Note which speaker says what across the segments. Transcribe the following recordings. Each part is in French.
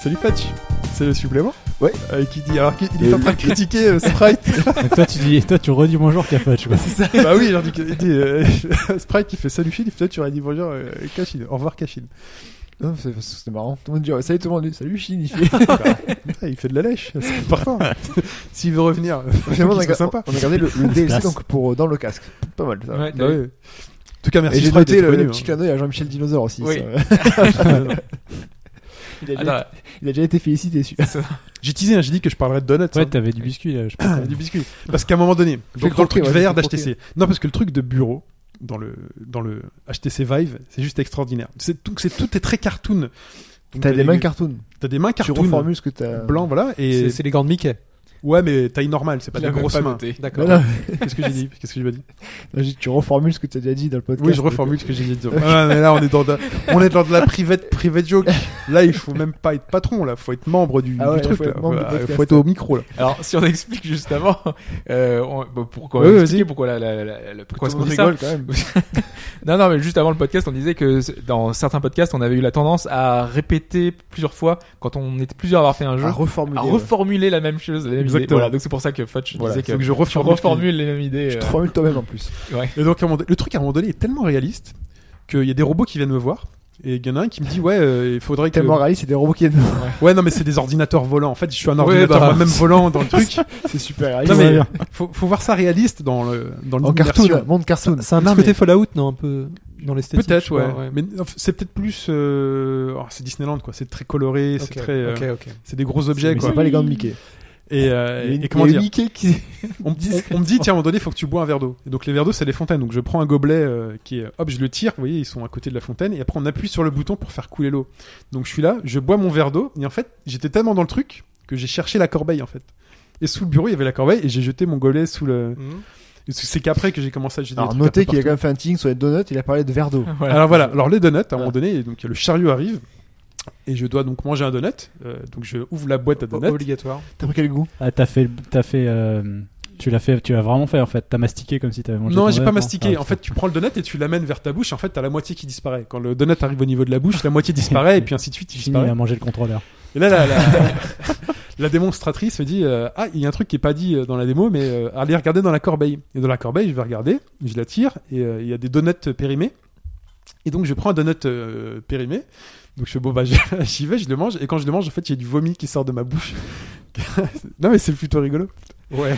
Speaker 1: Salut Patch, c'est le supplément
Speaker 2: Ouais.
Speaker 1: Euh, qui dit, alors qu'il il est
Speaker 2: Et
Speaker 1: en train de critiquer euh, Sprite.
Speaker 3: Donc toi tu dis, toi tu redis bonjour Capatch quoi.
Speaker 1: bah oui, genre, il dit, euh, Sprite qui fait salut Phil, peut-être tu aurais dit bonjour euh, Cachine, au revoir Cachine.
Speaker 2: Non, c'est- C'est marrant. Tout le monde dit ouais, Salut tout le monde. Salut Chine. il fait-
Speaker 1: Ah, il fait de la lèche, c'est parfait. S'il veut revenir, c'est
Speaker 2: Finalement, on a,
Speaker 1: sympa.
Speaker 2: on a gardé le, le DLC
Speaker 3: classe.
Speaker 2: donc, pour, euh, dans le casque. Pas mal ça.
Speaker 1: Bah oui. En tout cas, merci
Speaker 2: Et j'ai
Speaker 1: Sprite
Speaker 2: noté
Speaker 1: d'être
Speaker 2: le, le
Speaker 1: venu,
Speaker 2: petit
Speaker 1: hein.
Speaker 2: clin d'œil à Jean-Michel Dinosaure aussi.
Speaker 4: Oui.
Speaker 2: ça. il, a déjà,
Speaker 4: Attends, bah,
Speaker 2: il a déjà été félicité. celui-là.
Speaker 1: J'ai teasé, hein, j'ai dit que je parlerais de donuts.
Speaker 3: Ouais
Speaker 1: hein.
Speaker 3: t'avais du biscuit là. Je pense.
Speaker 1: du biscuit. Parce qu'à un moment donné,
Speaker 2: Fais
Speaker 1: donc dans le
Speaker 2: croquer,
Speaker 1: truc
Speaker 2: ouais,
Speaker 1: vert
Speaker 2: fais croquer.
Speaker 1: d'HTC. Non, parce que le truc de bureau dans le dans le HTC Vive, c'est juste extraordinaire. C'est tout, c'est tout est très cartoon. Donc,
Speaker 2: T'as des mains
Speaker 1: les-
Speaker 2: cartoon.
Speaker 1: T'as des mains
Speaker 2: Tu
Speaker 1: cartoon.
Speaker 2: reformules ce que t'as.
Speaker 1: Blanc, voilà. Et
Speaker 5: C'est c'est les gants de Mickey.
Speaker 1: ouais, mais taille normale, c'est pas
Speaker 4: je
Speaker 1: des
Speaker 4: l'avais
Speaker 1: grosses
Speaker 4: pas
Speaker 1: mains.
Speaker 4: noté.
Speaker 5: D'accord.
Speaker 2: Non, non,
Speaker 1: Qu'est-ce que j'ai dit Qu'est-ce que j'ai pas dit
Speaker 2: j'ai dit, tu reformules ce que t'as déjà dit dans le podcast.
Speaker 1: Oui, je reformule ce que j'ai dit. Ah, mais là, on est dans de, on est dans de la private private joke. Là, il faut même pas être patron. Là, faut être membre du,
Speaker 2: Ah ouais,
Speaker 1: du truc.
Speaker 2: faut être
Speaker 1: là.
Speaker 2: membre du
Speaker 1: Faut-
Speaker 2: podcast,
Speaker 1: faut être au micro. Là.
Speaker 4: Alors, si on explique juste avant, euh, on- bah, pourquoi,
Speaker 1: Ouais,
Speaker 4: expliquer pourquoi, la, la, la- la- pourquoi
Speaker 2: Tout
Speaker 4: est-ce
Speaker 2: le
Speaker 4: qu'on
Speaker 2: monde
Speaker 4: dit ça
Speaker 2: rigole quand même.
Speaker 4: Non, non, mais juste avant le podcast, on disait que c- dans certains podcasts, on avait eu la tendance à répéter plusieurs fois, quand on était plusieurs à avoir fait un jeu,
Speaker 2: À
Speaker 4: à,
Speaker 2: reformuler. ouais.
Speaker 4: reformuler la même chose, la même idée.
Speaker 1: Exactement.
Speaker 4: Voilà, donc c'est pour ça que Fudge
Speaker 2: Voilà,
Speaker 4: disait que
Speaker 1: Donc, je
Speaker 4: tu
Speaker 1: reformule.
Speaker 4: reformules les mêmes idées.
Speaker 2: Tu te
Speaker 4: euh,
Speaker 2: reformules toi-même en plus.
Speaker 1: Et donc, à un moment donné- le truc à un moment donné est tellement réaliste qu'il y a des robots qui viennent me voir. Et il y en a un qui me dit ouais euh, il faudrait que
Speaker 2: Tellement réaliste, c'est des robots qui viennent.
Speaker 1: ouais non mais c'est des ordinateurs volants en fait je suis un
Speaker 4: Ouais,
Speaker 1: ordinateur
Speaker 4: bah.
Speaker 1: moi-même volant dans le truc
Speaker 2: C'est super
Speaker 1: non
Speaker 2: réaliste.
Speaker 1: mais faut, faut voir ça réaliste dans le dans
Speaker 2: En
Speaker 1: l'immersion.
Speaker 2: cartoon, monde cartoon.
Speaker 3: C'est un petit
Speaker 1: Non, mais-
Speaker 3: côté Fallout non un peu euh, dans l'esthétique.
Speaker 1: peut-être
Speaker 3: je crois,
Speaker 1: ouais. mais non, c'est peut-être plus euh, oh, c'est Disneyland quoi c'est très coloré c'est
Speaker 5: Ok,
Speaker 1: très euh,
Speaker 5: ok, ok.
Speaker 1: c'est des gros objets
Speaker 2: Mais
Speaker 1: quoi
Speaker 2: c'est pas les gants de Mickey.
Speaker 1: et, euh,
Speaker 2: Il y a
Speaker 1: et
Speaker 2: une-
Speaker 1: comment
Speaker 2: il y a
Speaker 1: dire
Speaker 2: une Mickey qui.
Speaker 1: on, me dit- on me dit tiens à un moment donné faut que tu bois un verre d'eau et donc les verres d'eau c'est les fontaines donc je prends un gobelet euh, qui est hop je le tire vous voyez ils sont à côté de la fontaine et après on appuie sur le bouton pour faire couler l'eau donc je suis là je bois mon verre d'eau et en fait j'étais tellement dans le truc que j'ai cherché la corbeille en fait et sous le bureau il y avait la corbeille et j'ai jeté mon gobelet sous le
Speaker 3: Hmm.
Speaker 1: et c'est qu'après que j'ai commencé à jeter des
Speaker 2: Alors
Speaker 1: trucs Ah.
Speaker 2: notez
Speaker 1: un peu
Speaker 2: qu'il a
Speaker 1: partout.
Speaker 2: quand même fait un ting sur les donuts, il a parlé de verre d'eau.
Speaker 4: voilà.
Speaker 1: alors voilà alors les donuts à un moment donné donc le chariot arrive et je dois donc manger un donut Euh, donc je ouvre la boîte à
Speaker 5: O-
Speaker 1: donuts
Speaker 5: Obligatoire.
Speaker 2: T'as pris quel goût
Speaker 3: Ah t'as fait t'as fait euh, tu l'as fait tu l'as vraiment fait en fait t'as mastiqué comme si t'avais mangé.
Speaker 1: Non,
Speaker 3: ton
Speaker 1: j'ai
Speaker 3: verre,
Speaker 1: pas mastiqué.
Speaker 3: Ah,
Speaker 1: en fait, tu prends le donut et tu l'amènes vers ta bouche. En fait, t'as la moitié qui disparaît. Quand le donut arrive au niveau de la bouche, la moitié disparaît et puis ainsi de suite, il
Speaker 3: Jimmy, il
Speaker 1: disparaît.
Speaker 3: a mangé le contrôleur.
Speaker 1: Et là, la, la- la démonstratrice me dit euh, Ah, il y a un truc qui est pas dit euh, dans la démo, mais euh, allez regarder dans la corbeille. Et dans la corbeille, je vais regarder, je la tire et euh, il y a des donuts périmés. Et donc, je prends un donut euh, périmé. Donc, je fais Bon, bah, je- j'y vais, je le mange. Et quand je le mange, en fait, il y a du vomi qui sort de ma bouche. non, mais c'est plutôt rigolo.
Speaker 4: Ouais.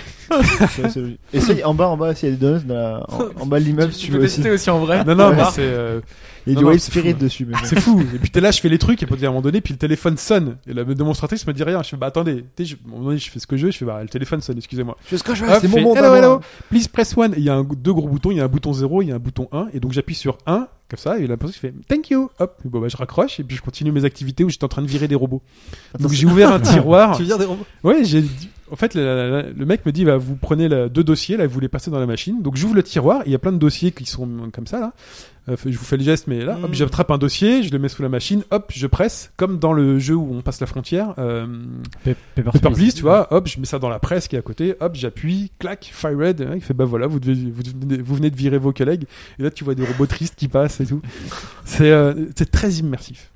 Speaker 2: Essaye en bas, en bas, s'il y a des donuts, dans la- en, en bas de l'immeuble, si
Speaker 4: Tu
Speaker 2: tu
Speaker 4: peux
Speaker 2: veux aussi.
Speaker 4: tester aussi en vrai.
Speaker 1: Non, non, mais
Speaker 4: Voir.
Speaker 1: c'est. euh,
Speaker 2: Il y a
Speaker 1: Non,
Speaker 2: du
Speaker 1: non,
Speaker 2: Wave
Speaker 1: c'est
Speaker 2: Spirit
Speaker 1: fou.
Speaker 2: dessus, mais bon.
Speaker 1: C'est fou. Et puis t'es là, je fais les trucs, et puis à un moment donné, puis le téléphone sonne. Et la démonstratrice me dit rien. Je fais, bah attendez, tu sais, je, à un moment donné, je fais ce que je veux. Je fais, bah le téléphone sonne, excusez-moi.
Speaker 2: Je fais ce que je
Speaker 1: Hop,
Speaker 2: veux, Ah, c'est
Speaker 1: je
Speaker 2: mon
Speaker 1: fais,
Speaker 2: monde.
Speaker 1: Ah, hello,
Speaker 2: à
Speaker 1: hello,
Speaker 2: moi.
Speaker 1: please press one. Et il y a un, deux gros boutons, il y a un bouton 0, il y a un bouton 1. Et donc j'appuie sur 1, comme ça, et la personne fait, thank you. Hop, bon, bah, je raccroche, et puis je continue mes activités où j'étais en train de virer des robots.
Speaker 2: Attends,
Speaker 1: Donc j'ai ouvert un tiroir.
Speaker 5: Tu viens des robots
Speaker 1: Ouais, j'ai. dit- En fait, la- la- la- le mec me dit, bah, vous prenez la- deux dossiers, là, vous les passez dans la machine. Donc, j'ouvre le tiroir, il y a plein de dossiers qui sont comme ça, là. Euh, je vous fais le geste, mais là, hop,
Speaker 5: Mm.
Speaker 1: j'attrape un dossier, je le mets sous la machine, hop, je presse, comme dans le jeu où on passe la frontière. Euh,
Speaker 3: Pe- Pepper
Speaker 1: Paper
Speaker 3: Please.
Speaker 1: Please, tu vois, hop, je mets ça dans la presse qui est à côté, hop, j'appuie, clac, fire red, hein, il fait, bah voilà, vous, devez- vous, venez, vous venez de virer vos collègues, et là, tu vois des robots tristes qui passent et tout. C'est euh, c'est très immersif.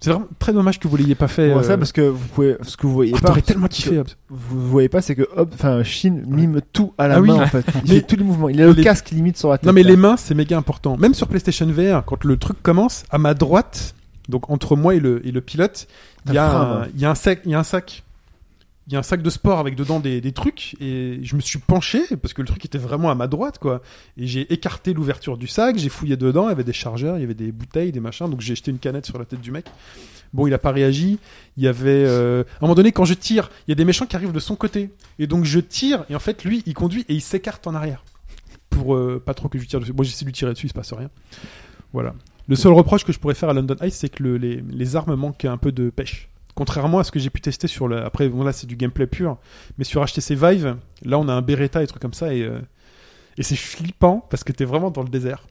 Speaker 1: C'est vraiment très dommage que vous l'ayez pas fait.
Speaker 2: On voit
Speaker 1: euh,
Speaker 2: ça parce que vous pouvez, ce que vous voyez
Speaker 1: oh,
Speaker 2: pas,
Speaker 1: T'aurais tellement kiffé. hop.
Speaker 2: vous voyez pas, c'est que hop, enfin, Shin mime tout à la
Speaker 1: Ah oui.
Speaker 2: main, en fait. Il
Speaker 1: Mais-
Speaker 2: fait tous les mouvements. Il a le
Speaker 1: Les-
Speaker 2: casque limite sur la tête.
Speaker 1: Non mais
Speaker 2: là.
Speaker 1: les mains c'est méga important. Même sur PlayStation VR, quand le truc commence, à ma droite, donc entre moi et le, et le pilote, il y, a
Speaker 2: T'as le frein, hein.
Speaker 1: un- il y a un sac, il y a un sac, il y a un sac de sport avec dedans des, des trucs et je me suis penché parce que le truc était vraiment à ma droite quoi. Et j'ai écarté l'ouverture du sac, j'ai fouillé dedans, il y avait des chargeurs, il y avait des bouteilles, des machins, donc j'ai jeté une canette sur la tête du mec. Bon, il a pas réagi. Il y avait euh, à un moment donné quand je tire, il y a des méchants qui arrivent de son côté et donc je tire et en fait lui il conduit et il s'écarte en arrière pour euh, pas trop que je lui tire dessus. Moi j'essaie de lui tirer dessus, il se passe rien. Voilà. Le seul reproche que je pourrais faire à London Ice, c'est que le- les, les armes manquent un peu de pêche. Contrairement à ce que j'ai pu tester sur le. Après, bon, là, c'est du gameplay pur. Mais sur HTC Vive, là, on a un Beretta et trucs comme ça. Et, euh, et c'est flippant parce que t'es vraiment dans le désert.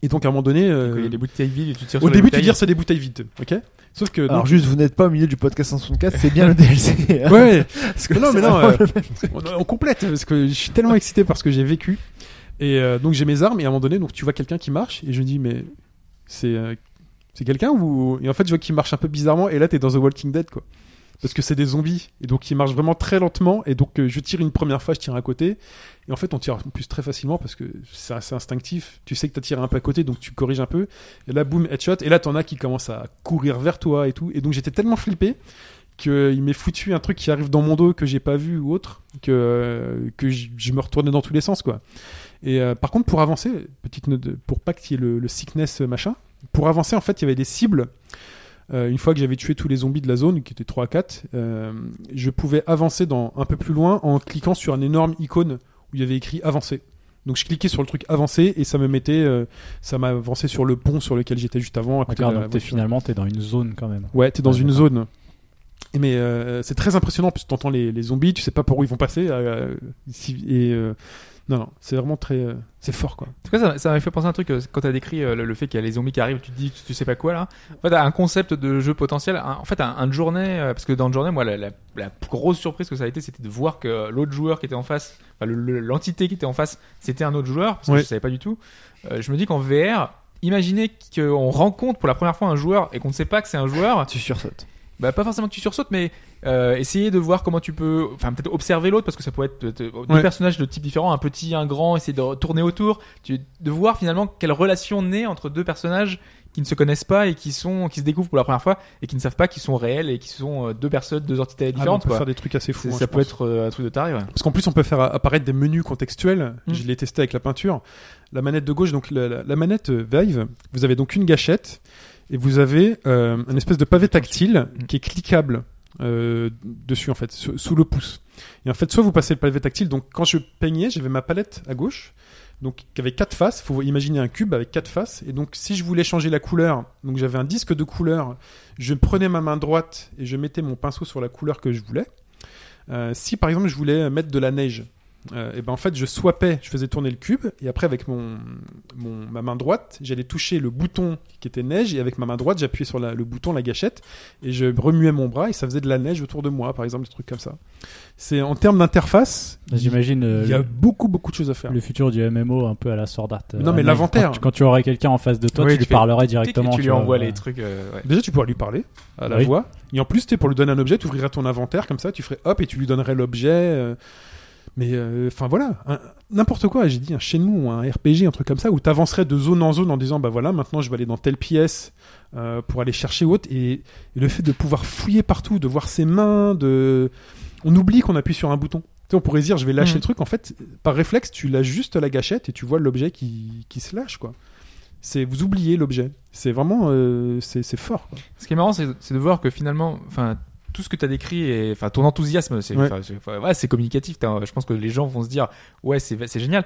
Speaker 1: Et donc, à un moment donné. euh,
Speaker 4: Il y a des bouteilles vides et tu tires
Speaker 1: au
Speaker 4: sur les
Speaker 1: début, tu
Speaker 4: bouteilles.
Speaker 1: dis c'est des bouteilles vides. OK Sauf que.
Speaker 2: Alors
Speaker 1: donc-
Speaker 2: juste, vous n'êtes pas au milieu du podcast 164, c'est bien le DLC. hein.
Speaker 1: ouais,
Speaker 2: Parce que
Speaker 1: non,
Speaker 2: c'est
Speaker 1: mais non,
Speaker 2: vraiment
Speaker 1: euh,
Speaker 2: le même.
Speaker 1: on, on complète parce que je suis tellement excité par ce que j'ai vécu et euh, donc j'ai mes armes et à un moment donné donc tu vois quelqu'un qui marche et je me dis mais c'est euh, C'est quelqu'un ou et en fait je vois qu'il marche un peu bizarrement et là t'es dans The Walking Dead quoi. Parce que c'est des zombies et donc ils marchent vraiment très lentement et donc euh, je tire une première fois, je tire à côté et en fait on tire en plus très facilement parce que c'est assez instinctif. Tu sais que t'as tiré un peu à côté donc tu corriges un peu et là boum headshot et là t'en as qui commencent à courir vers toi et tout et donc j'étais tellement flippé qu'il m'est foutu un truc qui arrive dans mon dos que j'ai pas vu ou autre, que, que j- je me retournais dans tous les sens, quoi. Et euh, par contre, pour avancer, petite note, de- pour pas qu'il y ait le, le sickness euh, machin, pour avancer, en fait, il y avait des cibles. Euh, une fois que j'avais tué tous les zombies de la zone, qui étaient 3 à 4, euh, je pouvais avancer dans, un peu plus loin en cliquant sur un énorme icône où il y avait écrit avancer. Donc je cliquais sur le truc avancer et ça me mettait, euh, ça m'a avancé sur le pont sur lequel j'étais juste avant. À côté
Speaker 3: D'accord,
Speaker 1: de la
Speaker 3: donc t'es
Speaker 1: voiture.
Speaker 3: finalement t'es dans une zone quand même.
Speaker 1: Ouais, t'es dans
Speaker 3: Ouais,
Speaker 1: une
Speaker 3: d'accord.
Speaker 1: zone. Et Mais euh, c'est très impressionnant parce que t'entends les, les zombies, tu sais pas par où ils vont passer. euh, si- et euh, non, non, c'est vraiment très, euh, c'est fort quoi.
Speaker 4: En tout cas, ça- ça m'a fait penser à un truc euh, quand t'as décrit euh, le, le fait qu'il y a les zombies qui arrivent, tu te dis tu, tu sais pas quoi là. En fait, un concept de jeu potentiel, un- en fait, un, un journée, euh, parce que dans le journée, moi, la, la- la grosse surprise que ça a été, c'était de voir que euh, l'autre joueur qui était en face, enfin, le- le- l'entité qui était en face, c'était un autre joueur, parce que
Speaker 1: Ouais.
Speaker 4: je savais pas du tout. Euh, je me dis qu'en VR, imaginez qu'on rencontre pour la première fois un joueur et qu'on ne sait pas que c'est un joueur,
Speaker 2: Tu sursautes.
Speaker 4: bah, pas forcément que tu sursautes, mais euh, essayer de voir comment tu peux, enfin peut-être observer l'autre parce que ça peut être euh, deux
Speaker 1: Ouais.
Speaker 4: personnages de type différent, un petit, un grand, essayer de tourner autour, tu, de voir finalement quelle relation naît entre deux personnages qui ne se connaissent pas et qui sont, qui se découvrent pour la première fois et qui ne savent pas qu'ils sont réels et qui sont euh, deux personnes, deux entités
Speaker 1: Ah, mais on
Speaker 4: différentes.
Speaker 1: peut
Speaker 4: quoi.
Speaker 1: faire des trucs assez
Speaker 4: C'est-
Speaker 1: fous. hein,
Speaker 4: ça
Speaker 1: je
Speaker 4: peut
Speaker 1: pense.
Speaker 4: être euh, un truc de taré. Ouais.
Speaker 1: Parce qu'en plus, on peut faire apparaître des menus contextuels.
Speaker 4: Mm.
Speaker 1: Je l'ai testé avec la peinture. La manette de gauche, donc la, la- la manette euh, Vive, vous avez donc une gâchette et vous avez euh, une espèce de pavé tactile
Speaker 4: Mm.
Speaker 1: qui est cliquable euh, dessus, en fait, sous, sous le pouce. Et en fait, soit vous passez le pavé tactile, donc quand je peignais, j'avais ma palette à gauche. Donc, qui avait quatre faces, faut imaginer un cube avec quatre faces. Et donc, si je voulais changer la couleur, donc j'avais un disque de couleur, je prenais ma main droite et je mettais mon pinceau sur la couleur que je voulais. Euh, si par exemple je voulais mettre de la neige, euh, et ben en fait je swappais, je faisais tourner le cube et après avec mon, mon ma main droite, j'allais toucher le bouton qui était neige et avec ma main droite j'appuyais sur la- le bouton la gâchette et je remuais mon bras et ça faisait de la neige autour de moi par exemple des trucs comme ça. C'est en termes d'interface, il
Speaker 3: J'imagine euh,
Speaker 1: y a
Speaker 3: le-
Speaker 1: beaucoup beaucoup de choses à faire.
Speaker 3: le futur du MMO un peu à la Sword Art. euh,
Speaker 1: Non, mais
Speaker 3: Amazing.
Speaker 1: l'inventaire.
Speaker 3: Quand, tu- quand tu aurais quelqu'un en face de toi,
Speaker 4: Oui,
Speaker 3: tu
Speaker 4: tu
Speaker 3: lui
Speaker 4: fais
Speaker 3: parlerais
Speaker 4: Tic, et
Speaker 3: directement.
Speaker 4: tu lui
Speaker 3: vois,
Speaker 4: envoies
Speaker 3: ouais.
Speaker 4: les trucs. euh, ouais.
Speaker 1: Déjà, tu pourras lui parler à la
Speaker 3: Oui.
Speaker 1: voix. Et en plus, tu pour lui donner un objet, tu ouvriras ton inventaire comme ça, tu ferais hop et tu lui donnerais l'objet. euh, mais euh, enfin voilà, un- n'importe quoi. J'ai dit un chez nous, un RPG, un truc comme ça, où tu avancerais de zone en zone en disant bah voilà, maintenant je vais aller dans telle pièce euh, pour aller chercher autre. Et, et le fait de pouvoir fouiller partout, de voir ses mains, de on oublie qu'on appuie sur un bouton. Tu sais, on pourrait se dire je vais lâcher
Speaker 4: Mhm.
Speaker 1: le truc. En fait, par réflexe, tu lâches juste la gâchette et tu vois l'objet qui, qui se lâche quoi. C'est vous oubliez l'objet. C'est vraiment euh, c'est c'est fort. quoi.
Speaker 4: Ce qui est marrant, c'est c'est de voir que finalement, enfin, tout ce que tu as décrit et enfin ton enthousiasme, c'est
Speaker 1: Ouais.
Speaker 4: enfin, c'est- enfin, ouais, c'est communicatif. t'as- Je pense que les gens vont se dire, ouais, c'est c'est génial.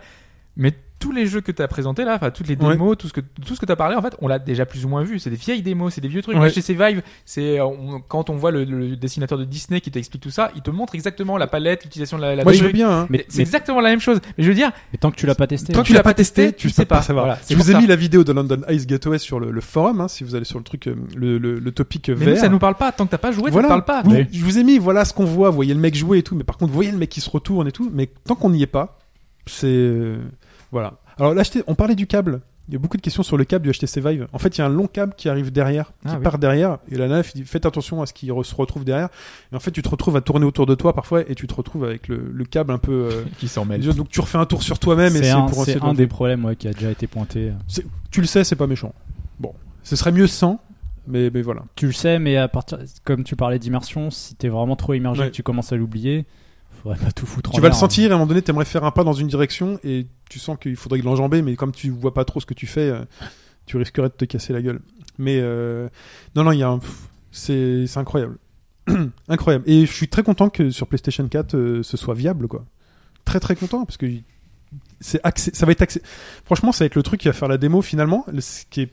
Speaker 4: Mais tous les jeux que tu as présentés là, enfin toutes les démos, tout ce que tout ce que tu as parlé, en fait, on l'a déjà plus ou moins vu. C'est des vieilles démos, c'est des vieux trucs.
Speaker 1: Ouais.
Speaker 4: Moi, Chez Survive, c'est euh, on- quand on voit le, le dessinateur de Disney qui t'explique tout ça, il te montre exactement la palette, l'utilisation de la, la
Speaker 1: Moi,
Speaker 4: truc.
Speaker 1: je veux bien. hein.
Speaker 4: Mais
Speaker 3: Mais,
Speaker 4: c'est
Speaker 3: mais-
Speaker 4: exactement la même chose. Mais je veux dire,
Speaker 3: mais tant que tu l'as pas testé.
Speaker 4: tant que tu l'as pas testé, tu sais pas.
Speaker 1: savoir.
Speaker 4: Voilà, c'est
Speaker 1: je vous
Speaker 4: pour
Speaker 1: ai
Speaker 4: ça.
Speaker 1: mis la vidéo de London Ice Gateway sur le, le forum. hein, si vous allez sur le truc, euh, le, le- le topic
Speaker 4: Mais
Speaker 1: vert.
Speaker 4: nous, ça nous parle pas. Tant que t'as pas joué,
Speaker 1: voilà.
Speaker 4: ça te parle pas.
Speaker 1: Vous-
Speaker 3: Oui.
Speaker 1: Je vous ai mis. Voilà ce qu'on voit. Vous voyez le mec jouer et tout. Mais par contre, vous voyez le mec qui se retourne et tout. Mais tant qu'on n'y est pas, c'est euh, voilà. Alors là, j'étais- on parlait du câble. Il y a beaucoup de questions sur le câble du HTC Vive. En fait, il y a un long câble qui arrive derrière, qui
Speaker 4: Ah oui.
Speaker 1: part derrière, et la nef, dit faites attention à ce qui re- se retrouve derrière. Et en fait, tu te retrouves à tourner autour de toi parfois, et tu te retrouves avec le, le câble un peu. euh,
Speaker 4: Qui s'en mêle.
Speaker 1: donc tu refais un tour sur toi-même, et
Speaker 3: C'est
Speaker 1: c'est
Speaker 3: un,
Speaker 1: pour
Speaker 3: c'est
Speaker 1: essayer de-
Speaker 3: un des problèmes ouais, qui a déjà été pointé.
Speaker 1: Tu le sais, c'est pas méchant. Bon, ce serait mieux sans, mais, mais voilà.
Speaker 3: Tu le sais, mais à partir, comme tu parlais d'immersion, si t'es vraiment trop immergé,
Speaker 1: Ouais.
Speaker 3: et que tu commences à l'oublier, faudrait pas tout foutre. en
Speaker 1: Tu vas le
Speaker 3: l'air, hein.
Speaker 1: sentir, et à un moment donné, t'aimerais faire un pas dans une direction, et tu sens qu'il faudrait l'enjamber, mais comme tu vois pas trop ce que tu fais, euh, tu risquerais de te casser la gueule. Mais euh, non, non, il y a un... pff, C'est c'est incroyable. incroyable. Et je suis très content que sur PlayStation 4, euh, ce soit viable, quoi. Très très content, parce que c'est accès, ça va être accès. Franchement, ça va être le truc qui va faire la démo finalement, le- ce qui est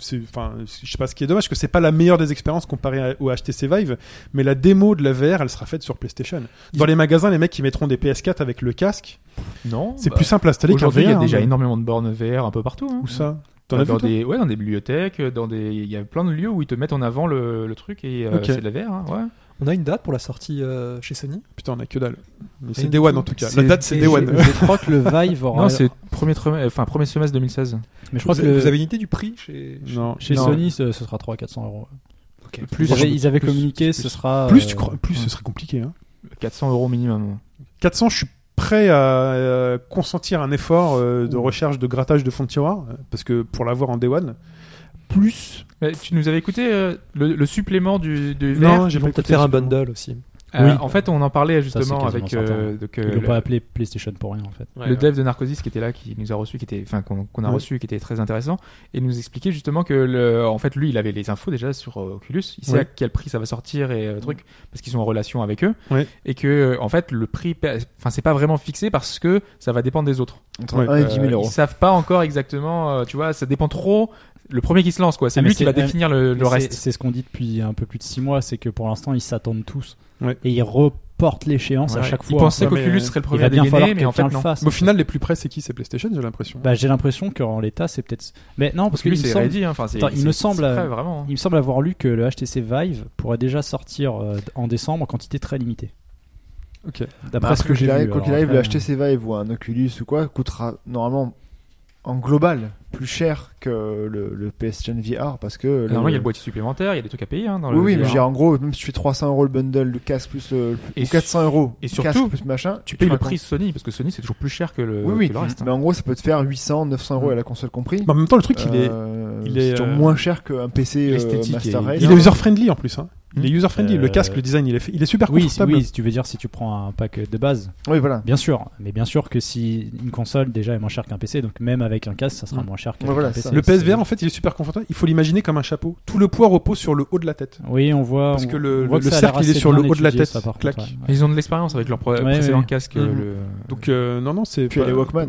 Speaker 1: c'est- enfin je sais pas ce qui est dommage que c'est pas la meilleure des expériences comparée à- au HTC Vive mais la démo de la VR elle sera faite sur PlayStation dans
Speaker 4: Ils-
Speaker 1: les magasins les mecs qui mettront des PS4 avec le casque
Speaker 4: Non.
Speaker 1: c'est
Speaker 4: bah,
Speaker 1: plus simple à installer qu'un VR
Speaker 4: Aujourd'hui, il y a
Speaker 1: hein,
Speaker 4: déjà
Speaker 1: mais-
Speaker 4: énormément de bornes VR un peu partout. hein.
Speaker 1: où ça T'en as vu,
Speaker 4: dans
Speaker 1: toi
Speaker 4: des, ouais, dans des bibliothèques, dans des, il y a plein de lieux où ils te mettent en avant le, le truc et euh,
Speaker 1: Ok.
Speaker 4: c'est de la VR, hein, ouais.
Speaker 5: On a une date pour la sortie euh, chez Sony
Speaker 1: Putain, on a que dalle. Mais
Speaker 5: Rien
Speaker 1: c'est
Speaker 5: du
Speaker 1: Day One
Speaker 5: tout.
Speaker 1: en tout cas. La date, c'est
Speaker 3: et
Speaker 1: Day
Speaker 3: je-
Speaker 1: One.
Speaker 3: Je crois que le Vive aura.
Speaker 4: Non, c'est premier, trem- euh, enfin, premier semestre 2016.
Speaker 3: Mais je crois
Speaker 5: vous,
Speaker 3: que le-
Speaker 5: vous avez une idée du prix chez, chez-
Speaker 1: Non,
Speaker 3: chez
Speaker 1: non.
Speaker 3: Sony, ce, ce sera 300-400 euros.
Speaker 5: Ok.
Speaker 4: Plus,
Speaker 3: ils avaient, ils avaient
Speaker 1: plus,
Speaker 3: communiqué,
Speaker 1: plus.
Speaker 3: ce sera.
Speaker 1: Plus, tu
Speaker 3: euh,
Speaker 1: crois, plus ce serait compliqué. Hein.
Speaker 4: 400 euros minimum.
Speaker 1: 400, je suis prêt à euh, consentir un effort euh, de recherche, de grattage de fond de tiroir, euh, parce que pour l'avoir en Day One. Plus.
Speaker 4: Mais tu nous avais écouté euh, le, le supplément du, du VR
Speaker 1: Non, j'ai
Speaker 5: Ils vont
Speaker 1: pas
Speaker 5: peut-être
Speaker 1: écouté,
Speaker 5: faire un
Speaker 1: justement.
Speaker 5: bundle aussi.
Speaker 4: Euh,
Speaker 3: Oui.
Speaker 4: En fait, on en parlait justement
Speaker 3: quasiment
Speaker 4: avec
Speaker 3: certain.
Speaker 4: euh, donc, euh,
Speaker 3: Ils l'ont
Speaker 4: le,
Speaker 3: pas appelé PlayStation pour rien en fait.
Speaker 4: le dev de Narcosis qui était là, qui nous a reçu, qui était, enfin, qu'on qu'on a
Speaker 3: Mm.
Speaker 1: Ouais.
Speaker 4: reçu, qui était très intéressant, et nous expliquait justement que, le, en fait, lui, il avait les infos déjà sur euh, Oculus. Il sait
Speaker 1: Ouais.
Speaker 4: à quel prix ça va sortir et euh,
Speaker 3: Mm.
Speaker 4: le truc, parce qu'ils sont en relation avec eux,
Speaker 1: Ouais.
Speaker 4: et que, euh, en fait, le prix, pa- enfin, c'est pas vraiment fixé parce que ça va dépendre des autres.
Speaker 2: Entre
Speaker 1: Ouais.
Speaker 2: 1 et 10 000
Speaker 4: Euh,
Speaker 2: euros.
Speaker 4: Ils savent pas encore exactement, euh, tu vois, ça dépend trop. Le premier qui se lance, quoi. C'est
Speaker 3: Ah, mais
Speaker 4: lui qui
Speaker 3: c'est-
Speaker 4: va
Speaker 3: ah,
Speaker 4: définir le, le
Speaker 3: C'est-
Speaker 4: reste.
Speaker 3: C'est ce qu'on dit depuis un peu plus de 6 mois, c'est que pour l'instant ils s'attendent tous.
Speaker 1: Ouais.
Speaker 3: Et ils reportent l'échéance à
Speaker 4: Ouais.
Speaker 3: chaque
Speaker 4: Ils
Speaker 3: fois.
Speaker 4: pensaient
Speaker 1: Ouais, mais,
Speaker 4: qu'Oculus
Speaker 1: euh,
Speaker 4: serait le
Speaker 3: Il
Speaker 4: premier
Speaker 3: va
Speaker 4: à
Speaker 3: bien falloir
Speaker 4: dégainer,
Speaker 3: que
Speaker 4: mais en fait,
Speaker 3: quelqu'un le
Speaker 4: non.
Speaker 3: fasse.
Speaker 1: Mais au final, les plus près, c'est qui C'est PlayStation, j'ai l'impression.
Speaker 3: Bah, j'ai l'impression qu'en l'état c'est peut-être. Mais non, parce
Speaker 4: Parce
Speaker 3: que
Speaker 4: que lui,
Speaker 3: il me
Speaker 4: c'est
Speaker 3: semble-
Speaker 4: ready, hein. Enfin, c'est-
Speaker 3: Attends, il
Speaker 4: c'est-
Speaker 3: me semble,
Speaker 4: c'est prêt,
Speaker 3: euh,
Speaker 4: vraiment. hein.
Speaker 3: il me semble avoir lu que le HTC Vive pourrait déjà sortir euh, en décembre en quantité très limitée.
Speaker 1: Ok.
Speaker 3: D'après
Speaker 2: Bah,
Speaker 3: ce
Speaker 2: quand
Speaker 3: que
Speaker 2: il
Speaker 3: j'ai
Speaker 2: arrive-
Speaker 3: vu.
Speaker 2: Quand il
Speaker 3: Alors
Speaker 2: arrive, le
Speaker 3: après,
Speaker 2: HTC Vive ou un Oculus ou quoi coûtera normalement en global plus cher que le, le PSN VR parce que. le-
Speaker 4: Normalement, il y a le
Speaker 3: Euh,
Speaker 4: boîtier supplémentaire, il y a des trucs à payer, hein, dans le.
Speaker 2: Oui, oui, mais
Speaker 4: VR.
Speaker 2: je veux dire, en gros, même si tu fais 300 euros le bundle, le casque plus le.
Speaker 4: Et
Speaker 2: ou 400 euros.
Speaker 4: et
Speaker 2: le
Speaker 4: surtout,
Speaker 2: casque plus machin,
Speaker 4: Tu payes le
Speaker 2: racontes-
Speaker 4: prix Sony, parce que Sony, c'est toujours plus cher que le,
Speaker 2: Oui, oui.
Speaker 4: que le reste.
Speaker 3: bah,
Speaker 2: Mais en gros, ça peut te faire 800, 900 euros à la console compris.
Speaker 1: Mais Mm. Bah, en même temps, le truc, il est,
Speaker 2: Euh,
Speaker 1: il est,
Speaker 2: c'est toujours
Speaker 1: euh,
Speaker 2: moins cher qu'un PC euh,
Speaker 4: l'esthétique
Speaker 2: Master
Speaker 4: est
Speaker 2: Race.
Speaker 1: il est user-friendly en plus. hein. Il
Speaker 4: Hmm.
Speaker 1: est user-friendly.
Speaker 3: Euh,
Speaker 1: Le casque, le design, il est, fait- il est super
Speaker 3: Oui, si,
Speaker 1: confortable.
Speaker 3: oui, si tu veux dire si tu prends un pack de base,
Speaker 2: Oui, voilà.
Speaker 3: bien sûr. Mais bien sûr que si une console déjà est moins chère qu'un PC, donc même avec un casque, ça sera
Speaker 1: Mm.
Speaker 3: moins cher
Speaker 2: Ouais,
Speaker 3: qu'un
Speaker 2: voilà,
Speaker 3: PC.
Speaker 2: ça.
Speaker 1: Le
Speaker 3: C'est-
Speaker 1: PSVR, en fait, il est super confortable. Il faut l'imaginer comme un chapeau. Tout le poids repose sur le haut de la tête.
Speaker 3: Oui, on voit.
Speaker 1: Parce
Speaker 3: on-
Speaker 1: que le-
Speaker 3: on voit
Speaker 1: le
Speaker 3: ça a l'air
Speaker 1: cercle, il est
Speaker 3: assez
Speaker 1: sur le
Speaker 3: bien
Speaker 1: haut de la
Speaker 3: étudié,
Speaker 1: tête.
Speaker 3: par contre,
Speaker 1: Clac.
Speaker 3: ouais.
Speaker 4: Mais Ils ont de l'expérience avec leur pro-
Speaker 3: Ouais,
Speaker 4: précédent
Speaker 3: ouais.
Speaker 4: casque.
Speaker 1: Mhm.
Speaker 4: le-
Speaker 1: Donc, euh, non, non, c'est.
Speaker 2: Puis il y a
Speaker 1: pas-
Speaker 2: les Walkman.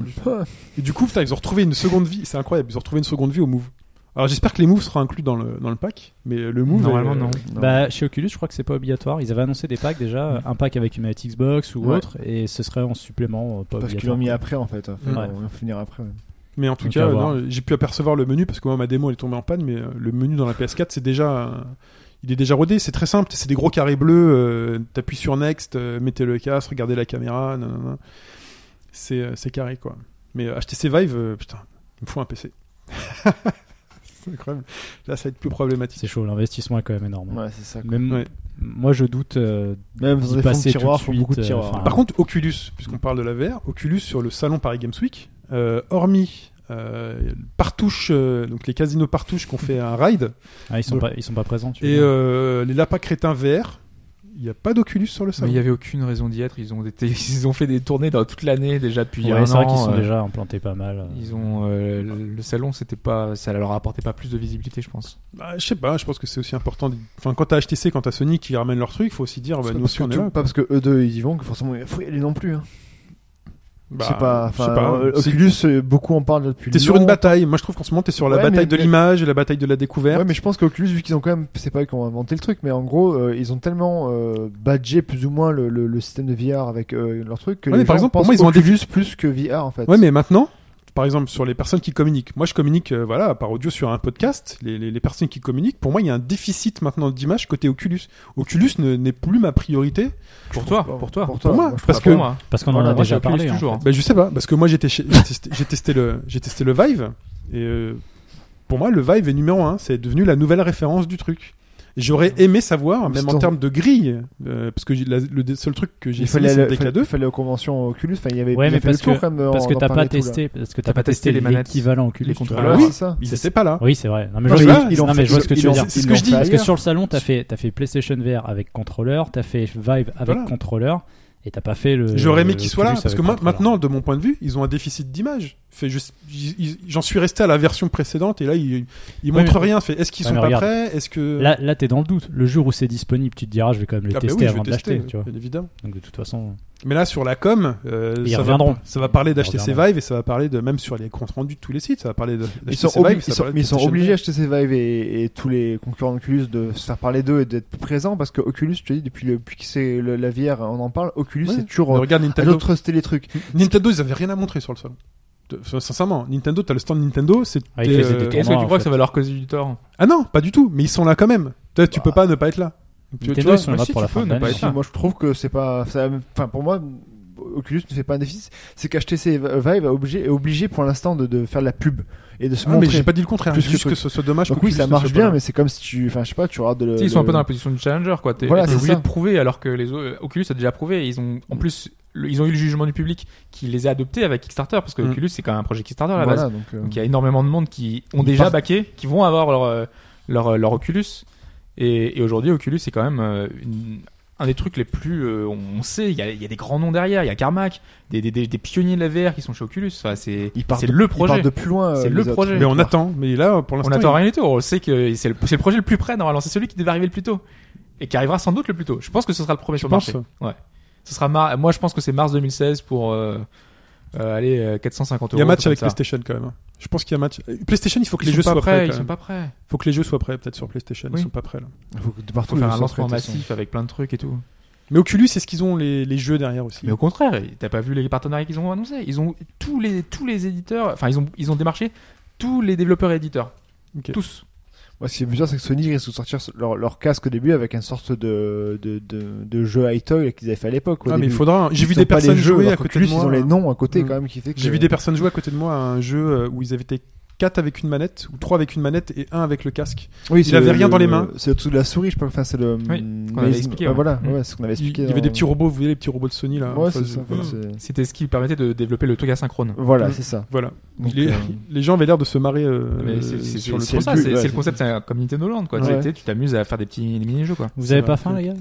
Speaker 1: Et du coup, putain, ils ont retrouvé une seconde vie. C'est incroyable. Ils ont retrouvé une seconde vie au Move. Alors, j'espère que les Moves seront inclus dans le, dans le pack. Mais le Move.
Speaker 4: Normalement,
Speaker 1: euh,
Speaker 4: non.
Speaker 2: Non. Mm.
Speaker 3: Bah, chez Oculus, je crois que c'est pas obligatoire. Ils avaient annoncé des packs déjà, un pack avec une manette Xbox ou
Speaker 2: Ouais.
Speaker 3: autre, et ce serait en supplément euh, pas
Speaker 2: Parce qu'ils
Speaker 3: obligatoire.
Speaker 2: l'ont mis après en fait. Enfin,
Speaker 3: Ouais.
Speaker 2: On va finir après.
Speaker 1: Mais en tout
Speaker 3: Donc,
Speaker 1: cas,
Speaker 3: à
Speaker 1: euh,
Speaker 3: voir.
Speaker 1: non, j'ai pu apercevoir le menu parce que moi, ma démo, elle est tombée en panne. Mais euh, le menu dans la PS4, c'est déjà. euh, il est déjà rodé, c'est très simple, c'est des gros carrés bleus, euh, t'appuies sur Next, euh, mettez le casque, regardez la caméra, nanana. C'est, euh, c'est carré quoi. Mais euh, HTC Vive, euh, putain, il me faut un PC. c'est incroyable. Là, ça va être plus problématique.
Speaker 3: C'est chaud, l'investissement est quand même énorme.
Speaker 2: Ouais, c'est ça. quoi.
Speaker 3: Même
Speaker 1: Ouais.
Speaker 3: moi, je doute. euh,
Speaker 2: Même
Speaker 3: d'y
Speaker 2: dans les fonds
Speaker 3: passer
Speaker 2: de
Speaker 3: tout de
Speaker 2: tiroirs, font
Speaker 3: suite,
Speaker 2: beaucoup de
Speaker 3: euh,
Speaker 2: tiroirs.
Speaker 3: enfin,
Speaker 1: Par contre, Oculus, puisqu'on parle de la VR, Oculus sur le salon Paris Games Week, euh, hormis euh, partouche, euh, donc les casinos partouches qu'on fait un ride,
Speaker 3: ah, ils sont
Speaker 1: Ouais.
Speaker 3: pas, ils sont pas présents. tu
Speaker 1: et
Speaker 3: vois.
Speaker 1: euh, les lapins crétins VR, il n'y a pas d'Oculus sur le
Speaker 4: Mais
Speaker 1: salon.
Speaker 4: il y avait aucune raison d'y être. Ils ont été, ils ont fait des tournées dans toute l'année déjà depuis
Speaker 3: Ouais,
Speaker 4: un
Speaker 3: c'est vrai
Speaker 4: an,
Speaker 3: qu'ils sont
Speaker 4: euh,
Speaker 3: déjà implantés pas mal. euh.
Speaker 4: Ils ont euh, le le salon, c'était pas, ça leur apportait pas plus de visibilité, je pense.
Speaker 1: Bah, je sais pas, je pense que c'est aussi important. de- Enfin, quand t'as HTC, quand t'as Sony qui ramènent leur truc, il faut aussi dire, bah,
Speaker 2: C'est
Speaker 1: nous
Speaker 2: parce
Speaker 1: aussi
Speaker 2: que
Speaker 1: on est
Speaker 2: tout-
Speaker 1: là.
Speaker 2: pas parce que eux deux ils y vont que forcément il faut y aller non plus. hein.
Speaker 1: Bah,
Speaker 2: c'est pas.
Speaker 1: je sais
Speaker 2: Enfin,
Speaker 1: pas,
Speaker 2: euh,
Speaker 1: c'est-
Speaker 2: Oculus, euh, beaucoup en parlent depuis.
Speaker 1: T'es sur
Speaker 2: longtemps.
Speaker 1: une bataille. Moi, je trouve qu'en ce moment, t'es sur la
Speaker 2: Ouais,
Speaker 1: bataille
Speaker 2: mais-
Speaker 1: de
Speaker 2: mais-
Speaker 1: l'image, la bataille de la découverte.
Speaker 2: Ouais, mais je pense qu'Oculus, vu qu'ils ont quand même, c'est pas eux qui ont inventé le truc, mais en gros, euh, ils ont tellement euh, badgé plus ou moins le, le- le système de VR avec euh, leur truc que
Speaker 1: Ouais,
Speaker 2: les
Speaker 1: mais par
Speaker 2: gens
Speaker 1: exemple, pour
Speaker 2: pensent
Speaker 1: moi, ils ont un
Speaker 2: Oculus plus que VR en fait.
Speaker 1: Ouais, mais maintenant, par exemple, sur les personnes qui communiquent, moi je communique, euh, voilà, par audio sur un podcast, les, les- les personnes qui communiquent, pour moi, il y a un déficit maintenant d'image côté Oculus. Oculus ne- n'est plus ma priorité.
Speaker 4: Pour toi,
Speaker 2: pas.
Speaker 4: pour toi,
Speaker 2: Pour
Speaker 1: Pour
Speaker 2: toi,
Speaker 1: moi,
Speaker 2: moi, je
Speaker 1: parce
Speaker 2: crois
Speaker 1: que,
Speaker 2: pas.
Speaker 4: Pour moi.
Speaker 3: Parce qu'on en
Speaker 2: Voilà,
Speaker 3: a
Speaker 4: Moi,
Speaker 3: déjà
Speaker 4: j'ai Oculus
Speaker 3: parlé. en
Speaker 4: toujours.
Speaker 3: fait.
Speaker 1: bah, je sais pas, parce que moi j'ai testé, j'ai testé- j'ai testé le, j'ai testé le Vive, et euh, pour moi, le Vive est numéro un, c'est devenu la nouvelle référence du truc. Et J'aurais aimé savoir, même en
Speaker 2: Instant.
Speaker 1: termes de grille, euh, parce que j'ai- la- le seul truc que j'ai
Speaker 2: Il
Speaker 1: essayé,
Speaker 2: fallait,
Speaker 1: c'est
Speaker 2: aller,
Speaker 1: le DK2.
Speaker 2: fallait- fallait aux conventions Oculus, enfin il y avait
Speaker 3: Ouais,
Speaker 2: ils ont
Speaker 3: mais
Speaker 2: fait le
Speaker 3: parce
Speaker 2: tour,
Speaker 3: que-
Speaker 2: quand même,
Speaker 3: parce
Speaker 2: on
Speaker 3: que
Speaker 2: en
Speaker 3: t'as pas
Speaker 2: parlait tout, là.
Speaker 3: testé, parce que
Speaker 4: T'as pas
Speaker 3: t'as pas
Speaker 4: testé
Speaker 3: testé
Speaker 4: les manettes,
Speaker 3: l'équivalent Oculus.
Speaker 4: les
Speaker 3: tu vois.
Speaker 4: contrôleurs.
Speaker 2: Ouais,
Speaker 1: oui.
Speaker 2: c'est ça.
Speaker 1: Ils étaient pas là.
Speaker 3: Oui, c'est vrai. Non, mais
Speaker 2: Non,
Speaker 3: je
Speaker 2: mais
Speaker 3: vois-
Speaker 2: ils- ils l'ont
Speaker 3: non, mais je
Speaker 2: fait-
Speaker 3: vois ce que
Speaker 2: ils
Speaker 3: tu veux
Speaker 2: l'ont-
Speaker 3: dire.
Speaker 1: c'est ce
Speaker 2: ils
Speaker 1: que je
Speaker 2: l'ont
Speaker 1: dis,
Speaker 2: fait
Speaker 3: Parce que
Speaker 2: ailleurs.
Speaker 3: sur le salon, t'as fait, t'as fait PlayStation VR avec contrôleur, t'as fait Vive avec
Speaker 1: Voilà.
Speaker 3: contrôleur, et t'as pas fait le.
Speaker 1: J'aurais aimé
Speaker 3: euh, le
Speaker 1: qu'ils soient là,
Speaker 3: Oculus
Speaker 1: parce
Speaker 3: avec
Speaker 1: que moi,
Speaker 3: contrôleur.
Speaker 1: maintenant, de mon point de vue, ils ont un déficit d'image. Fait, je- ils- j'en suis resté à la version précédente, et là, ils, ils
Speaker 3: Oui,
Speaker 1: montrent
Speaker 3: mais-
Speaker 1: rien. Fait, est-ce qu'ils
Speaker 3: Ouais,
Speaker 1: sont
Speaker 3: mais
Speaker 1: pas
Speaker 3: regarde.
Speaker 1: prêts Est-ce que
Speaker 3: Là, là t'es dans le doute. Le jour où c'est disponible, tu te diras, je vais quand même le
Speaker 1: Ah bah
Speaker 3: tester
Speaker 1: oui, je
Speaker 3: avant
Speaker 1: vais
Speaker 3: de
Speaker 1: tester,
Speaker 3: l'acheter. Tu vois.
Speaker 1: bien évidemment.
Speaker 3: Donc de toute façon,
Speaker 1: Mais là, sur la com, euh,
Speaker 3: Ils
Speaker 1: ça, va,
Speaker 3: reviendront.
Speaker 1: ça va parler
Speaker 3: Ils
Speaker 1: d'acheter ses
Speaker 3: reviendront.
Speaker 1: Vive et ça va parler de même sur les comptes rendus de tous les sites. Ça va parler de-
Speaker 2: Ils
Speaker 1: d'acheter
Speaker 2: sont,
Speaker 1: ses
Speaker 2: obli-
Speaker 1: Vive.
Speaker 2: ils sont- mais ils sont obligés d'acheter ces Vive et, et tous les concurrents d'Oculus de se faire parler d'eux et d'être présents parce que Oculus, je te dis, depuis, le, depuis que c'est le- la VR, on en parle, Oculus
Speaker 1: Ouais.
Speaker 2: c'est toujours euh,
Speaker 1: Regarde
Speaker 2: à
Speaker 1: Nintendo.
Speaker 2: d'autres les trucs.
Speaker 1: Nintendo, ils avaient rien à montrer sur le salon. Te- enfin, Sincèrement, Nintendo, t'as le stand Nintendo, c'est.
Speaker 3: Ah, ils
Speaker 1: t'es,
Speaker 3: faisaient
Speaker 1: euh,
Speaker 3: des
Speaker 4: Et hein. Est-ce que
Speaker 3: Pour
Speaker 4: tu
Speaker 3: moi,
Speaker 4: crois
Speaker 3: en
Speaker 4: que ça va leur causer du tort
Speaker 1: Ah non, pas du tout, mais ils sont là quand même. Tu tu
Speaker 3: Bah,
Speaker 1: peux pas ne pas être là. Tu- tu
Speaker 3: Nintendo,
Speaker 1: vois,
Speaker 3: ils sont là
Speaker 4: si,
Speaker 3: pour
Speaker 4: tu
Speaker 3: la
Speaker 4: peux
Speaker 3: fin de
Speaker 4: ne pas
Speaker 3: l'année.
Speaker 4: être là.
Speaker 3: hein.
Speaker 2: Bah, Moi, je trouve que c'est pas. ça- Enfin, pour moi, Oculus ne fait pas un déficit. C'est qu'HTC Vive a obligé, est obligé pour l'instant de, de faire de la pub et de se
Speaker 1: Ah, mais
Speaker 2: montrer.
Speaker 1: j'ai pas dit le contraire.
Speaker 2: Plus que
Speaker 1: juste que,
Speaker 2: truc.
Speaker 1: ce soit dommage.
Speaker 2: Donc
Speaker 1: que
Speaker 2: oui, ça
Speaker 1: Oculus ne
Speaker 2: marche
Speaker 1: soit pas
Speaker 2: bien,
Speaker 1: là.
Speaker 2: mais c'est comme si tu. Enfin, je sais pas, tu regardes le.
Speaker 4: Tu sais, Ils sont un peu
Speaker 2: le-
Speaker 4: dans la position du challenger, quoi. T'es
Speaker 2: Voilà,
Speaker 4: t'es
Speaker 2: c'est
Speaker 4: obligé
Speaker 2: ça. Mm.
Speaker 4: de prouver, alors que les autres- euh, Oculus a déjà prouvé. et Ils ont, en plus, le- ils ont eu le jugement du public qui les a adoptés avec Kickstarter, parce que
Speaker 1: Mm.
Speaker 4: Oculus, c'est quand même un projet Kickstarter à la base.
Speaker 2: Voilà, donc. euh,
Speaker 4: Donc il y a énormément de monde qui ont
Speaker 2: Ils
Speaker 4: déjà
Speaker 2: partent-
Speaker 4: baqué, qui vont avoir leur, euh, leur, leur Oculus. Et, et aujourd'hui, Oculus, c'est quand même euh, une- un des trucs les plus. euh, on sait, il y, a, il y a des grands noms derrière. Il y a Carmack, des, des, des, des pionniers de la VR qui sont chez Oculus. Enfin, c'est
Speaker 2: Ils partent
Speaker 4: c'est
Speaker 2: de-
Speaker 4: le
Speaker 2: Ils
Speaker 4: projet.
Speaker 2: partent de plus loin. euh,
Speaker 4: C'est
Speaker 2: les
Speaker 4: le
Speaker 2: autres.
Speaker 4: projet.
Speaker 1: Mais on attend. Mais là, pour
Speaker 4: On
Speaker 1: l'instant,
Speaker 4: n'attend rien du tout. On sait que c'est le, c'est le projet le plus près normalement. C'est celui qui devait arriver le plus tôt. Et qui arrivera sans doute le plus tôt. Je pense que ce sera le premier
Speaker 1: je
Speaker 4: sur le
Speaker 1: pense.
Speaker 4: marché. Ce sera mar- Moi, je pense que c'est mars 2016 pour euh, euh, aller euh, 450 euros.
Speaker 1: Il y a match
Speaker 4: comme
Speaker 1: avec
Speaker 4: ça.
Speaker 1: PlayStation quand même. hein. Je pense qu'il y a match. Euh, PlayStation, il faut que
Speaker 4: Ils
Speaker 1: les
Speaker 4: sont
Speaker 1: jeux
Speaker 4: pas
Speaker 1: soient
Speaker 4: prêts.
Speaker 1: prêts.
Speaker 4: Ils
Speaker 1: quand
Speaker 4: sont
Speaker 1: même.
Speaker 4: pas prêts.
Speaker 1: Faut que les jeux soient prêts peut-être sur PlayStation.
Speaker 4: Oui.
Speaker 1: Ils sont pas prêts là.
Speaker 2: Faut que de partout,
Speaker 4: Faut faire
Speaker 2: ils
Speaker 4: un
Speaker 2: sont
Speaker 4: lancement
Speaker 2: prêts, de toute façon.
Speaker 4: massif avec plein de trucs et tout.
Speaker 1: Mais Oculus, c'est ce qu'ils ont les, les jeux derrière aussi.
Speaker 4: Mais au contraire, t'as pas vu les partenariats qu'ils ont annoncés Ils ont tous les tous les éditeurs, enfin ils ont ils ont démarché tous les développeurs et éditeurs,
Speaker 1: Ok.
Speaker 4: tous.
Speaker 2: Moi, ce qui est bizarre, c'est que Sony risque de sortir leur, leur casque au début avec une sorte de, de, de, de jeu high toy qu'ils avaient fait à l'époque. au
Speaker 1: Ah, mais il
Speaker 2: début.
Speaker 1: faudra. J'ai
Speaker 2: Ils
Speaker 1: vu
Speaker 2: ont
Speaker 1: des
Speaker 2: pas les
Speaker 1: personnes
Speaker 2: jeux,
Speaker 1: jouer
Speaker 2: alors
Speaker 1: à
Speaker 2: que
Speaker 1: côté de
Speaker 2: Oculus,
Speaker 1: moi.
Speaker 2: Ils ont les noms à côté
Speaker 1: Mm.
Speaker 2: quand même qui fait que.
Speaker 1: J'ai vu des personnes jouer à côté de moi à un jeu euh, où ils avaient été quatre avec une manette ou trois avec une manette et un avec le casque.
Speaker 2: Oui,
Speaker 1: il
Speaker 2: c'est le-
Speaker 1: avait rien dans les mains.
Speaker 2: C'est le truc de la souris, je crois. Enfin, c'est le.
Speaker 4: Oui,
Speaker 2: Mm,
Speaker 4: qu'on avait
Speaker 2: mais-
Speaker 4: expliqué,
Speaker 2: ouais,
Speaker 4: ouais.
Speaker 2: Voilà,
Speaker 4: Mm.
Speaker 2: ouais, c'est ce qu'on avait
Speaker 1: Il,
Speaker 2: expliqué.
Speaker 1: il y avait
Speaker 2: dans-
Speaker 1: des petits robots, vous voyez les petits robots de Sony là.
Speaker 2: euh, Ouais,
Speaker 1: en
Speaker 2: c'est
Speaker 1: face
Speaker 2: ça.
Speaker 1: de-
Speaker 2: voilà,
Speaker 1: Mm.
Speaker 2: c'est-
Speaker 4: C'était ce qui permettait de développer le truc asynchrone.
Speaker 2: Voilà,
Speaker 1: Mm.
Speaker 2: c'est ça.
Speaker 1: Voilà.
Speaker 2: Donc,
Speaker 1: les,
Speaker 2: euh,
Speaker 1: les gens avaient l'air de se marrer euh,
Speaker 4: Mais c'est
Speaker 1: euh,
Speaker 4: c'est-
Speaker 1: sur le
Speaker 4: c'est
Speaker 1: truc.
Speaker 4: ça,
Speaker 2: but,
Speaker 4: c'est
Speaker 2: ouais,
Speaker 4: c'est le
Speaker 2: c'est-
Speaker 4: concept, c'est comme Nintendo Land quoi. Tu
Speaker 2: Ouais.
Speaker 4: sais, Tu t'amuses à faire des petits des mini-jeux quoi.
Speaker 3: Vous avez
Speaker 1: Ça
Speaker 3: pas
Speaker 1: va,
Speaker 3: faim, les gars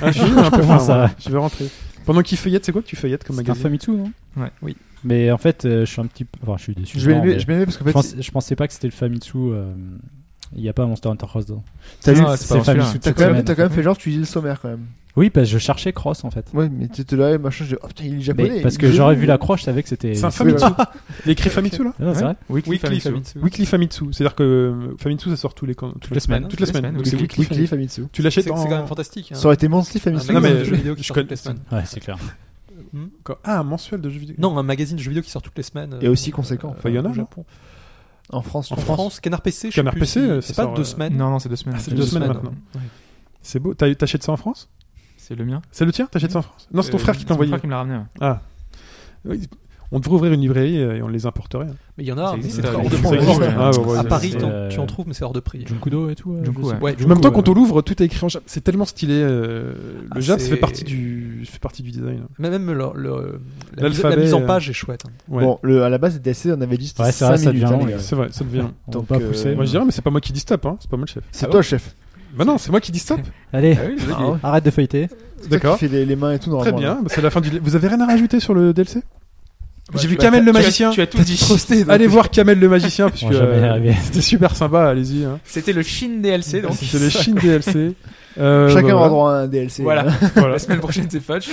Speaker 1: Ah, j'ai eu un peu faim,
Speaker 3: Comment ça
Speaker 1: ouais. Je vais rentrer. Pendant qu'il feuillette, c'est quoi que tu feuillettes comme
Speaker 3: C'est un
Speaker 1: magazine
Speaker 3: Famitsu, non
Speaker 4: Ouais, oui.
Speaker 3: Mais en fait, euh, je suis un petit peu. Enfin, je suis déçu.
Speaker 2: Je vais
Speaker 3: non,
Speaker 2: aimer,
Speaker 3: mais
Speaker 2: je vais aimer parce qu'en
Speaker 3: je
Speaker 2: fait,
Speaker 3: pense- je pensais pas que c'était le Famitsu. euh, Il n'y a pas Monster Hunter Cross dedans.
Speaker 2: t'as
Speaker 4: Non,
Speaker 2: eu-
Speaker 4: c'est pas
Speaker 3: C'est
Speaker 4: dans celui-là.
Speaker 3: Famitsu
Speaker 2: t'as
Speaker 3: cette
Speaker 2: quand même,
Speaker 3: semaine.
Speaker 2: t'as quand même fait genre, tu lis le sommaire quand même.
Speaker 3: Oui, parce que je cherchais Cross en fait.
Speaker 2: Ouais, mais t'étais là, et machin, je dis, oh putain, il est japonais.
Speaker 3: Mais parce
Speaker 2: il
Speaker 3: que
Speaker 2: est
Speaker 3: j'aurais
Speaker 2: japonais.
Speaker 3: vu la croix, je savais que c'était.
Speaker 1: C'est un
Speaker 3: Ah,
Speaker 1: Famitsu. Il est écrit Famitsu là
Speaker 3: non, Ah, c'est vrai
Speaker 4: Weekly
Speaker 1: Weekly,
Speaker 4: Famitsu.
Speaker 1: Weekly Famitsu. C'est-à-dire que euh, Famitsu ça sort tous les quand- toutes les
Speaker 3: semaines.
Speaker 1: Toutes les
Speaker 4: Toutes les
Speaker 1: semaines.
Speaker 4: semaines,
Speaker 1: Donc c'est
Speaker 4: oui.
Speaker 1: Weekly.
Speaker 2: Weekly
Speaker 1: Famitsu.
Speaker 2: Famitsu.
Speaker 1: Tu l'achètes
Speaker 5: C'est
Speaker 1: en.
Speaker 5: quand même fantastique. hein.
Speaker 2: Ça aurait été monthly
Speaker 5: Un
Speaker 2: Famitsu.
Speaker 1: Non, mais
Speaker 5: magazine de
Speaker 1: je-
Speaker 5: jeux vidéo qui
Speaker 1: je
Speaker 5: sort
Speaker 1: connais-
Speaker 5: toutes les semaines.
Speaker 3: Ouais, c'est clair.
Speaker 1: Quand- Ah, un mensuel de jeux vidéo.
Speaker 5: Non, un magazine de jeux vidéo qui sort toutes les semaines.
Speaker 2: Et aussi conséquent.
Speaker 1: Enfin, il y en a,
Speaker 5: au
Speaker 1: là.
Speaker 5: Japon.
Speaker 2: En France,
Speaker 5: En
Speaker 2: tu-
Speaker 5: France, Canard PC, je sais
Speaker 1: Canard
Speaker 5: plus
Speaker 1: PC,
Speaker 5: si-
Speaker 1: euh, ça
Speaker 5: c'est pas
Speaker 1: sort, euh,
Speaker 5: deux semaines.
Speaker 4: Non non, c'est deux semaines.
Speaker 1: Ah, c'est deux semaines maintenant.
Speaker 5: ouais.
Speaker 1: C'est beau. T'as- T'achètes ça en France
Speaker 4: C'est le mien.
Speaker 1: C'est le tien T'achètes ça en France Non, c'est ton
Speaker 4: Euh,
Speaker 1: frère qui
Speaker 4: c'est
Speaker 1: t'a envoyé.
Speaker 4: Mon frère qui me l'a ramené. ouais.
Speaker 1: Oui, On devrait ouvrir une librairie euh, et on les importerait.
Speaker 5: Mais il y en a.
Speaker 4: Ça
Speaker 5: mais
Speaker 4: existe,
Speaker 5: c'est
Speaker 4: ça
Speaker 5: hors de
Speaker 4: existe.
Speaker 5: prix.
Speaker 4: Ça existe,
Speaker 5: Ouais.
Speaker 1: Ah, ouais, ouais,
Speaker 5: À
Speaker 1: ouais,
Speaker 5: Paris,
Speaker 1: ouais.
Speaker 5: t'en-
Speaker 3: euh,
Speaker 5: tu en trouves, mais c'est hors de prix.
Speaker 3: Junkudo et tout. euh,
Speaker 4: Junko,
Speaker 3: je sais
Speaker 4: ouais.
Speaker 3: pas.
Speaker 5: Ouais,
Speaker 1: En même temps, quand
Speaker 5: Junko,
Speaker 1: on l'ouvre, tout est écrit en Jap. C'est tellement stylé. euh,
Speaker 5: Ah,
Speaker 1: le Jap, ça
Speaker 5: c'est-
Speaker 1: fait partie du, ça fait partie du design. hein.
Speaker 5: Mais Même le, le- la, mise,
Speaker 1: L'alphabet,
Speaker 5: la mise en
Speaker 1: euh,
Speaker 5: page est chouette. hein.
Speaker 1: Ouais.
Speaker 2: Bon, le, à la base, le DLC, on avait dit c'était
Speaker 3: Ouais, c'est vrai,
Speaker 2: 5
Speaker 3: ça
Speaker 2: minutes.
Speaker 3: devient
Speaker 2: hein,
Speaker 3: long,
Speaker 2: les
Speaker 3: les
Speaker 2: gars.
Speaker 1: C'est vrai, ça devient. long.
Speaker 3: On
Speaker 2: Donc,
Speaker 3: va pas
Speaker 2: euh,
Speaker 3: pousser.
Speaker 1: Moi je dirais, mais c'est pas moi qui dis stop, hein. c'est pas moi le chef.
Speaker 2: C'est
Speaker 4: Ah
Speaker 2: toi, chef.
Speaker 1: Bah non, c'est moi qui dis stop.
Speaker 3: Allez,
Speaker 2: Ah ouais.
Speaker 3: arrête de feuilleter.
Speaker 1: D'accord.
Speaker 2: Qui fait les, les mains et tout
Speaker 1: Très
Speaker 2: normalement.
Speaker 1: bien, bah, c'est la fin du. Vous avez rien à rajouter sur le DLC
Speaker 4: Bah,
Speaker 1: J'ai
Speaker 4: tu
Speaker 1: vu
Speaker 4: as-
Speaker 1: Kamel le
Speaker 4: tu as-
Speaker 1: magicien.
Speaker 4: Tu as tout dit.
Speaker 1: Allez voir Kamel le magicien, parce
Speaker 3: On
Speaker 1: que
Speaker 3: va jamais y
Speaker 1: euh,
Speaker 3: arriver.
Speaker 1: c'était super sympa, allez-y. hein.
Speaker 4: C'était le Shin DLC donc.
Speaker 1: C'est les Chine DLC. Euh,
Speaker 2: Chacun
Speaker 1: bah,
Speaker 2: aura
Speaker 1: voilà.
Speaker 2: droit à un DLC.
Speaker 4: Voilà.
Speaker 1: Voilà.
Speaker 4: La semaine prochaine c'est Fudge.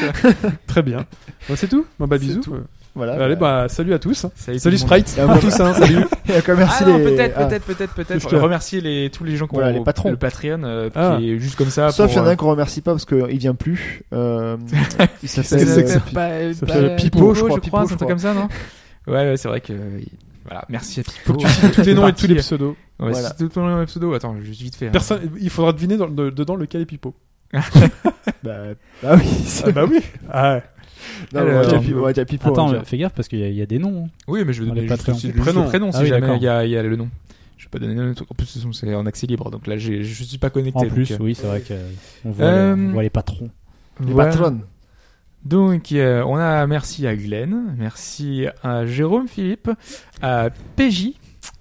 Speaker 1: Très bien. Bon, c'est tout Bon, bah,
Speaker 2: C'est
Speaker 1: bisous.
Speaker 2: Voilà.
Speaker 1: Allez, bah, salut à tous. Salut
Speaker 4: tout le monde.
Speaker 1: Sprite.
Speaker 2: Et encore-
Speaker 1: tous, hein, salut.
Speaker 2: Et encore merci
Speaker 4: ah non,
Speaker 2: les-
Speaker 4: peut-être,
Speaker 2: ah.
Speaker 4: peut-être, peut-être, peut-être.
Speaker 1: J'espère.
Speaker 4: Remercier les, tous les gens qui
Speaker 2: Voilà,
Speaker 4: ont
Speaker 2: les patrons.
Speaker 4: le Patreon, euh,
Speaker 1: Ah.
Speaker 4: qui est juste comme ça.
Speaker 2: Sauf
Speaker 4: pour,
Speaker 2: il y en a
Speaker 4: euh,
Speaker 2: un qu'on remercie pas parce qu'il vient plus. Euh, il s'appelle.
Speaker 1: Qu'est-ce que c'est que ça
Speaker 2: euh,
Speaker 4: pa-
Speaker 1: Ça
Speaker 4: pa-
Speaker 2: s'appelle Pipo, je crois, Pipo,
Speaker 4: un
Speaker 2: je
Speaker 4: truc
Speaker 2: crois.
Speaker 4: comme ça, non Ouais, ouais, c'est vrai que. euh, Voilà, merci à Pipo.
Speaker 1: Faut que tu cites tous les noms et tous les pseudos.
Speaker 4: Ouais,
Speaker 2: Voilà.
Speaker 4: c'est tout le nom et pseudo. Attends, juste vite fait. hein.
Speaker 1: Personne, il faudra deviner dans- de- dedans lequel est Pipo.
Speaker 2: Bah, bah oui. c'est-
Speaker 1: bah oui. Ah,
Speaker 2: Non,
Speaker 4: Alors,
Speaker 2: on va dire
Speaker 1: euh,
Speaker 2: Pipo, on va dire Pipo, on
Speaker 3: Attends,
Speaker 2: va
Speaker 3: mais fais gaffe parce qu'il y a- il y a des noms. hein.
Speaker 4: Oui, mais je vais
Speaker 3: Dans
Speaker 4: donner
Speaker 3: les
Speaker 4: juste
Speaker 3: patrons.
Speaker 4: aussi
Speaker 1: Le
Speaker 4: juste
Speaker 1: prénom.
Speaker 4: le prénom
Speaker 3: Ah
Speaker 4: si
Speaker 3: oui,
Speaker 4: jamais
Speaker 3: d'accord.
Speaker 4: il y, a- il y a le nom. Je vais pas donner le truc. En plus, de toute façon, c'est en accès libre, donc là, j'ai- je suis pas connecté.
Speaker 3: En
Speaker 4: donc,
Speaker 3: plus,
Speaker 4: euh,
Speaker 3: oui, c'est vrai que euh, on voit,
Speaker 4: Euh,
Speaker 3: les, on voit les patrons.
Speaker 2: dire. Les
Speaker 4: voilà.
Speaker 2: patrons.
Speaker 4: Donc, euh, on a merci à Glenn, merci à Jérôme Philippe, à PJ,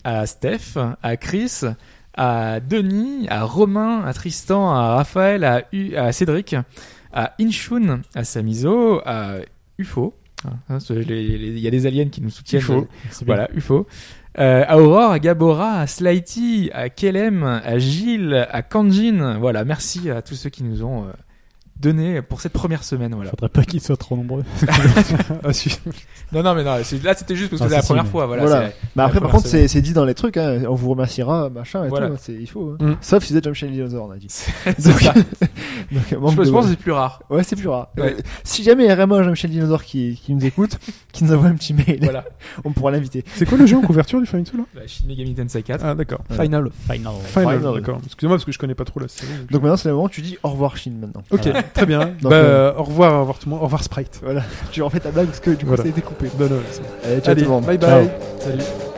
Speaker 4: à Steph, à Chris, à Denis, à Romain, à Tristan, à Raphaël, à, U- à Cédric, à Inshun, à Samizo, à UFO. Hein, ce- les- les- Il y a des aliens qui nous soutiennent.
Speaker 1: UFO.
Speaker 3: C'est bien.
Speaker 4: Voilà, UFO. Euh, à Aurore, à Gabora, à Slighty, à Kelem, à Gilles, à Kanjin. Voilà, merci à tous ceux qui nous ont euh, donné pour cette première semaine. Voilà.
Speaker 3: Faudrait pas qu'ils soient trop nombreux.
Speaker 1: Ah, si.
Speaker 4: Non, non, mais non, c'est- là c'était juste parce que
Speaker 3: Ah,
Speaker 4: c'est la
Speaker 3: si,
Speaker 4: première
Speaker 3: mais-
Speaker 4: fois. Voilà.
Speaker 2: Voilà.
Speaker 4: c'est-
Speaker 2: Mais Bah, après,
Speaker 4: la
Speaker 2: par
Speaker 4: première
Speaker 2: contre, c'est c'est dit dans les trucs, hein, on vous remerciera, machin et
Speaker 4: Voilà.
Speaker 2: tout, hein, c'est- il faut. hein.
Speaker 1: Mm.
Speaker 2: Sauf si vous êtes Jean-Michel Dinosaur, on a dit.
Speaker 4: c'est ça.
Speaker 2: Donc,
Speaker 4: Je
Speaker 2: manque
Speaker 4: pense-
Speaker 2: de-
Speaker 4: je pense que c'est plus rare.
Speaker 2: Ouais, c'est plus rare.
Speaker 4: Ouais.
Speaker 2: Euh, Si jamais RMA Jean-Michel Dinosaur qui, qui nous écoute, qui nous envoie un petit mail,
Speaker 4: Voilà.
Speaker 2: on pourra l'inviter.
Speaker 1: C'est quoi le jeu en couverture du Famitsu là
Speaker 4: Bah, Shin Megami Tensei 4.
Speaker 1: Ah d'accord.
Speaker 5: Final.
Speaker 3: Final.
Speaker 1: Final,
Speaker 2: Final.
Speaker 1: d'accord. Excusez-moi parce que je connais pas trop la série. donc-
Speaker 2: Donc maintenant, c'est le moment où tu dis au revoir Shin maintenant.
Speaker 1: Ok,
Speaker 3: Voilà.
Speaker 1: très bien.
Speaker 2: Donc,
Speaker 1: Bah,
Speaker 2: euh,
Speaker 1: Au revoir, au revoir tout le monde, au revoir Sprite.
Speaker 2: Voilà, tu refais ta blague parce que du coup,
Speaker 1: Voilà.
Speaker 2: ça a été coupé.
Speaker 1: Non, non, c'est-
Speaker 2: Allez, ciao
Speaker 1: Allez,
Speaker 2: tout le monde.
Speaker 1: bye bye.
Speaker 3: Ciao.
Speaker 1: Salut.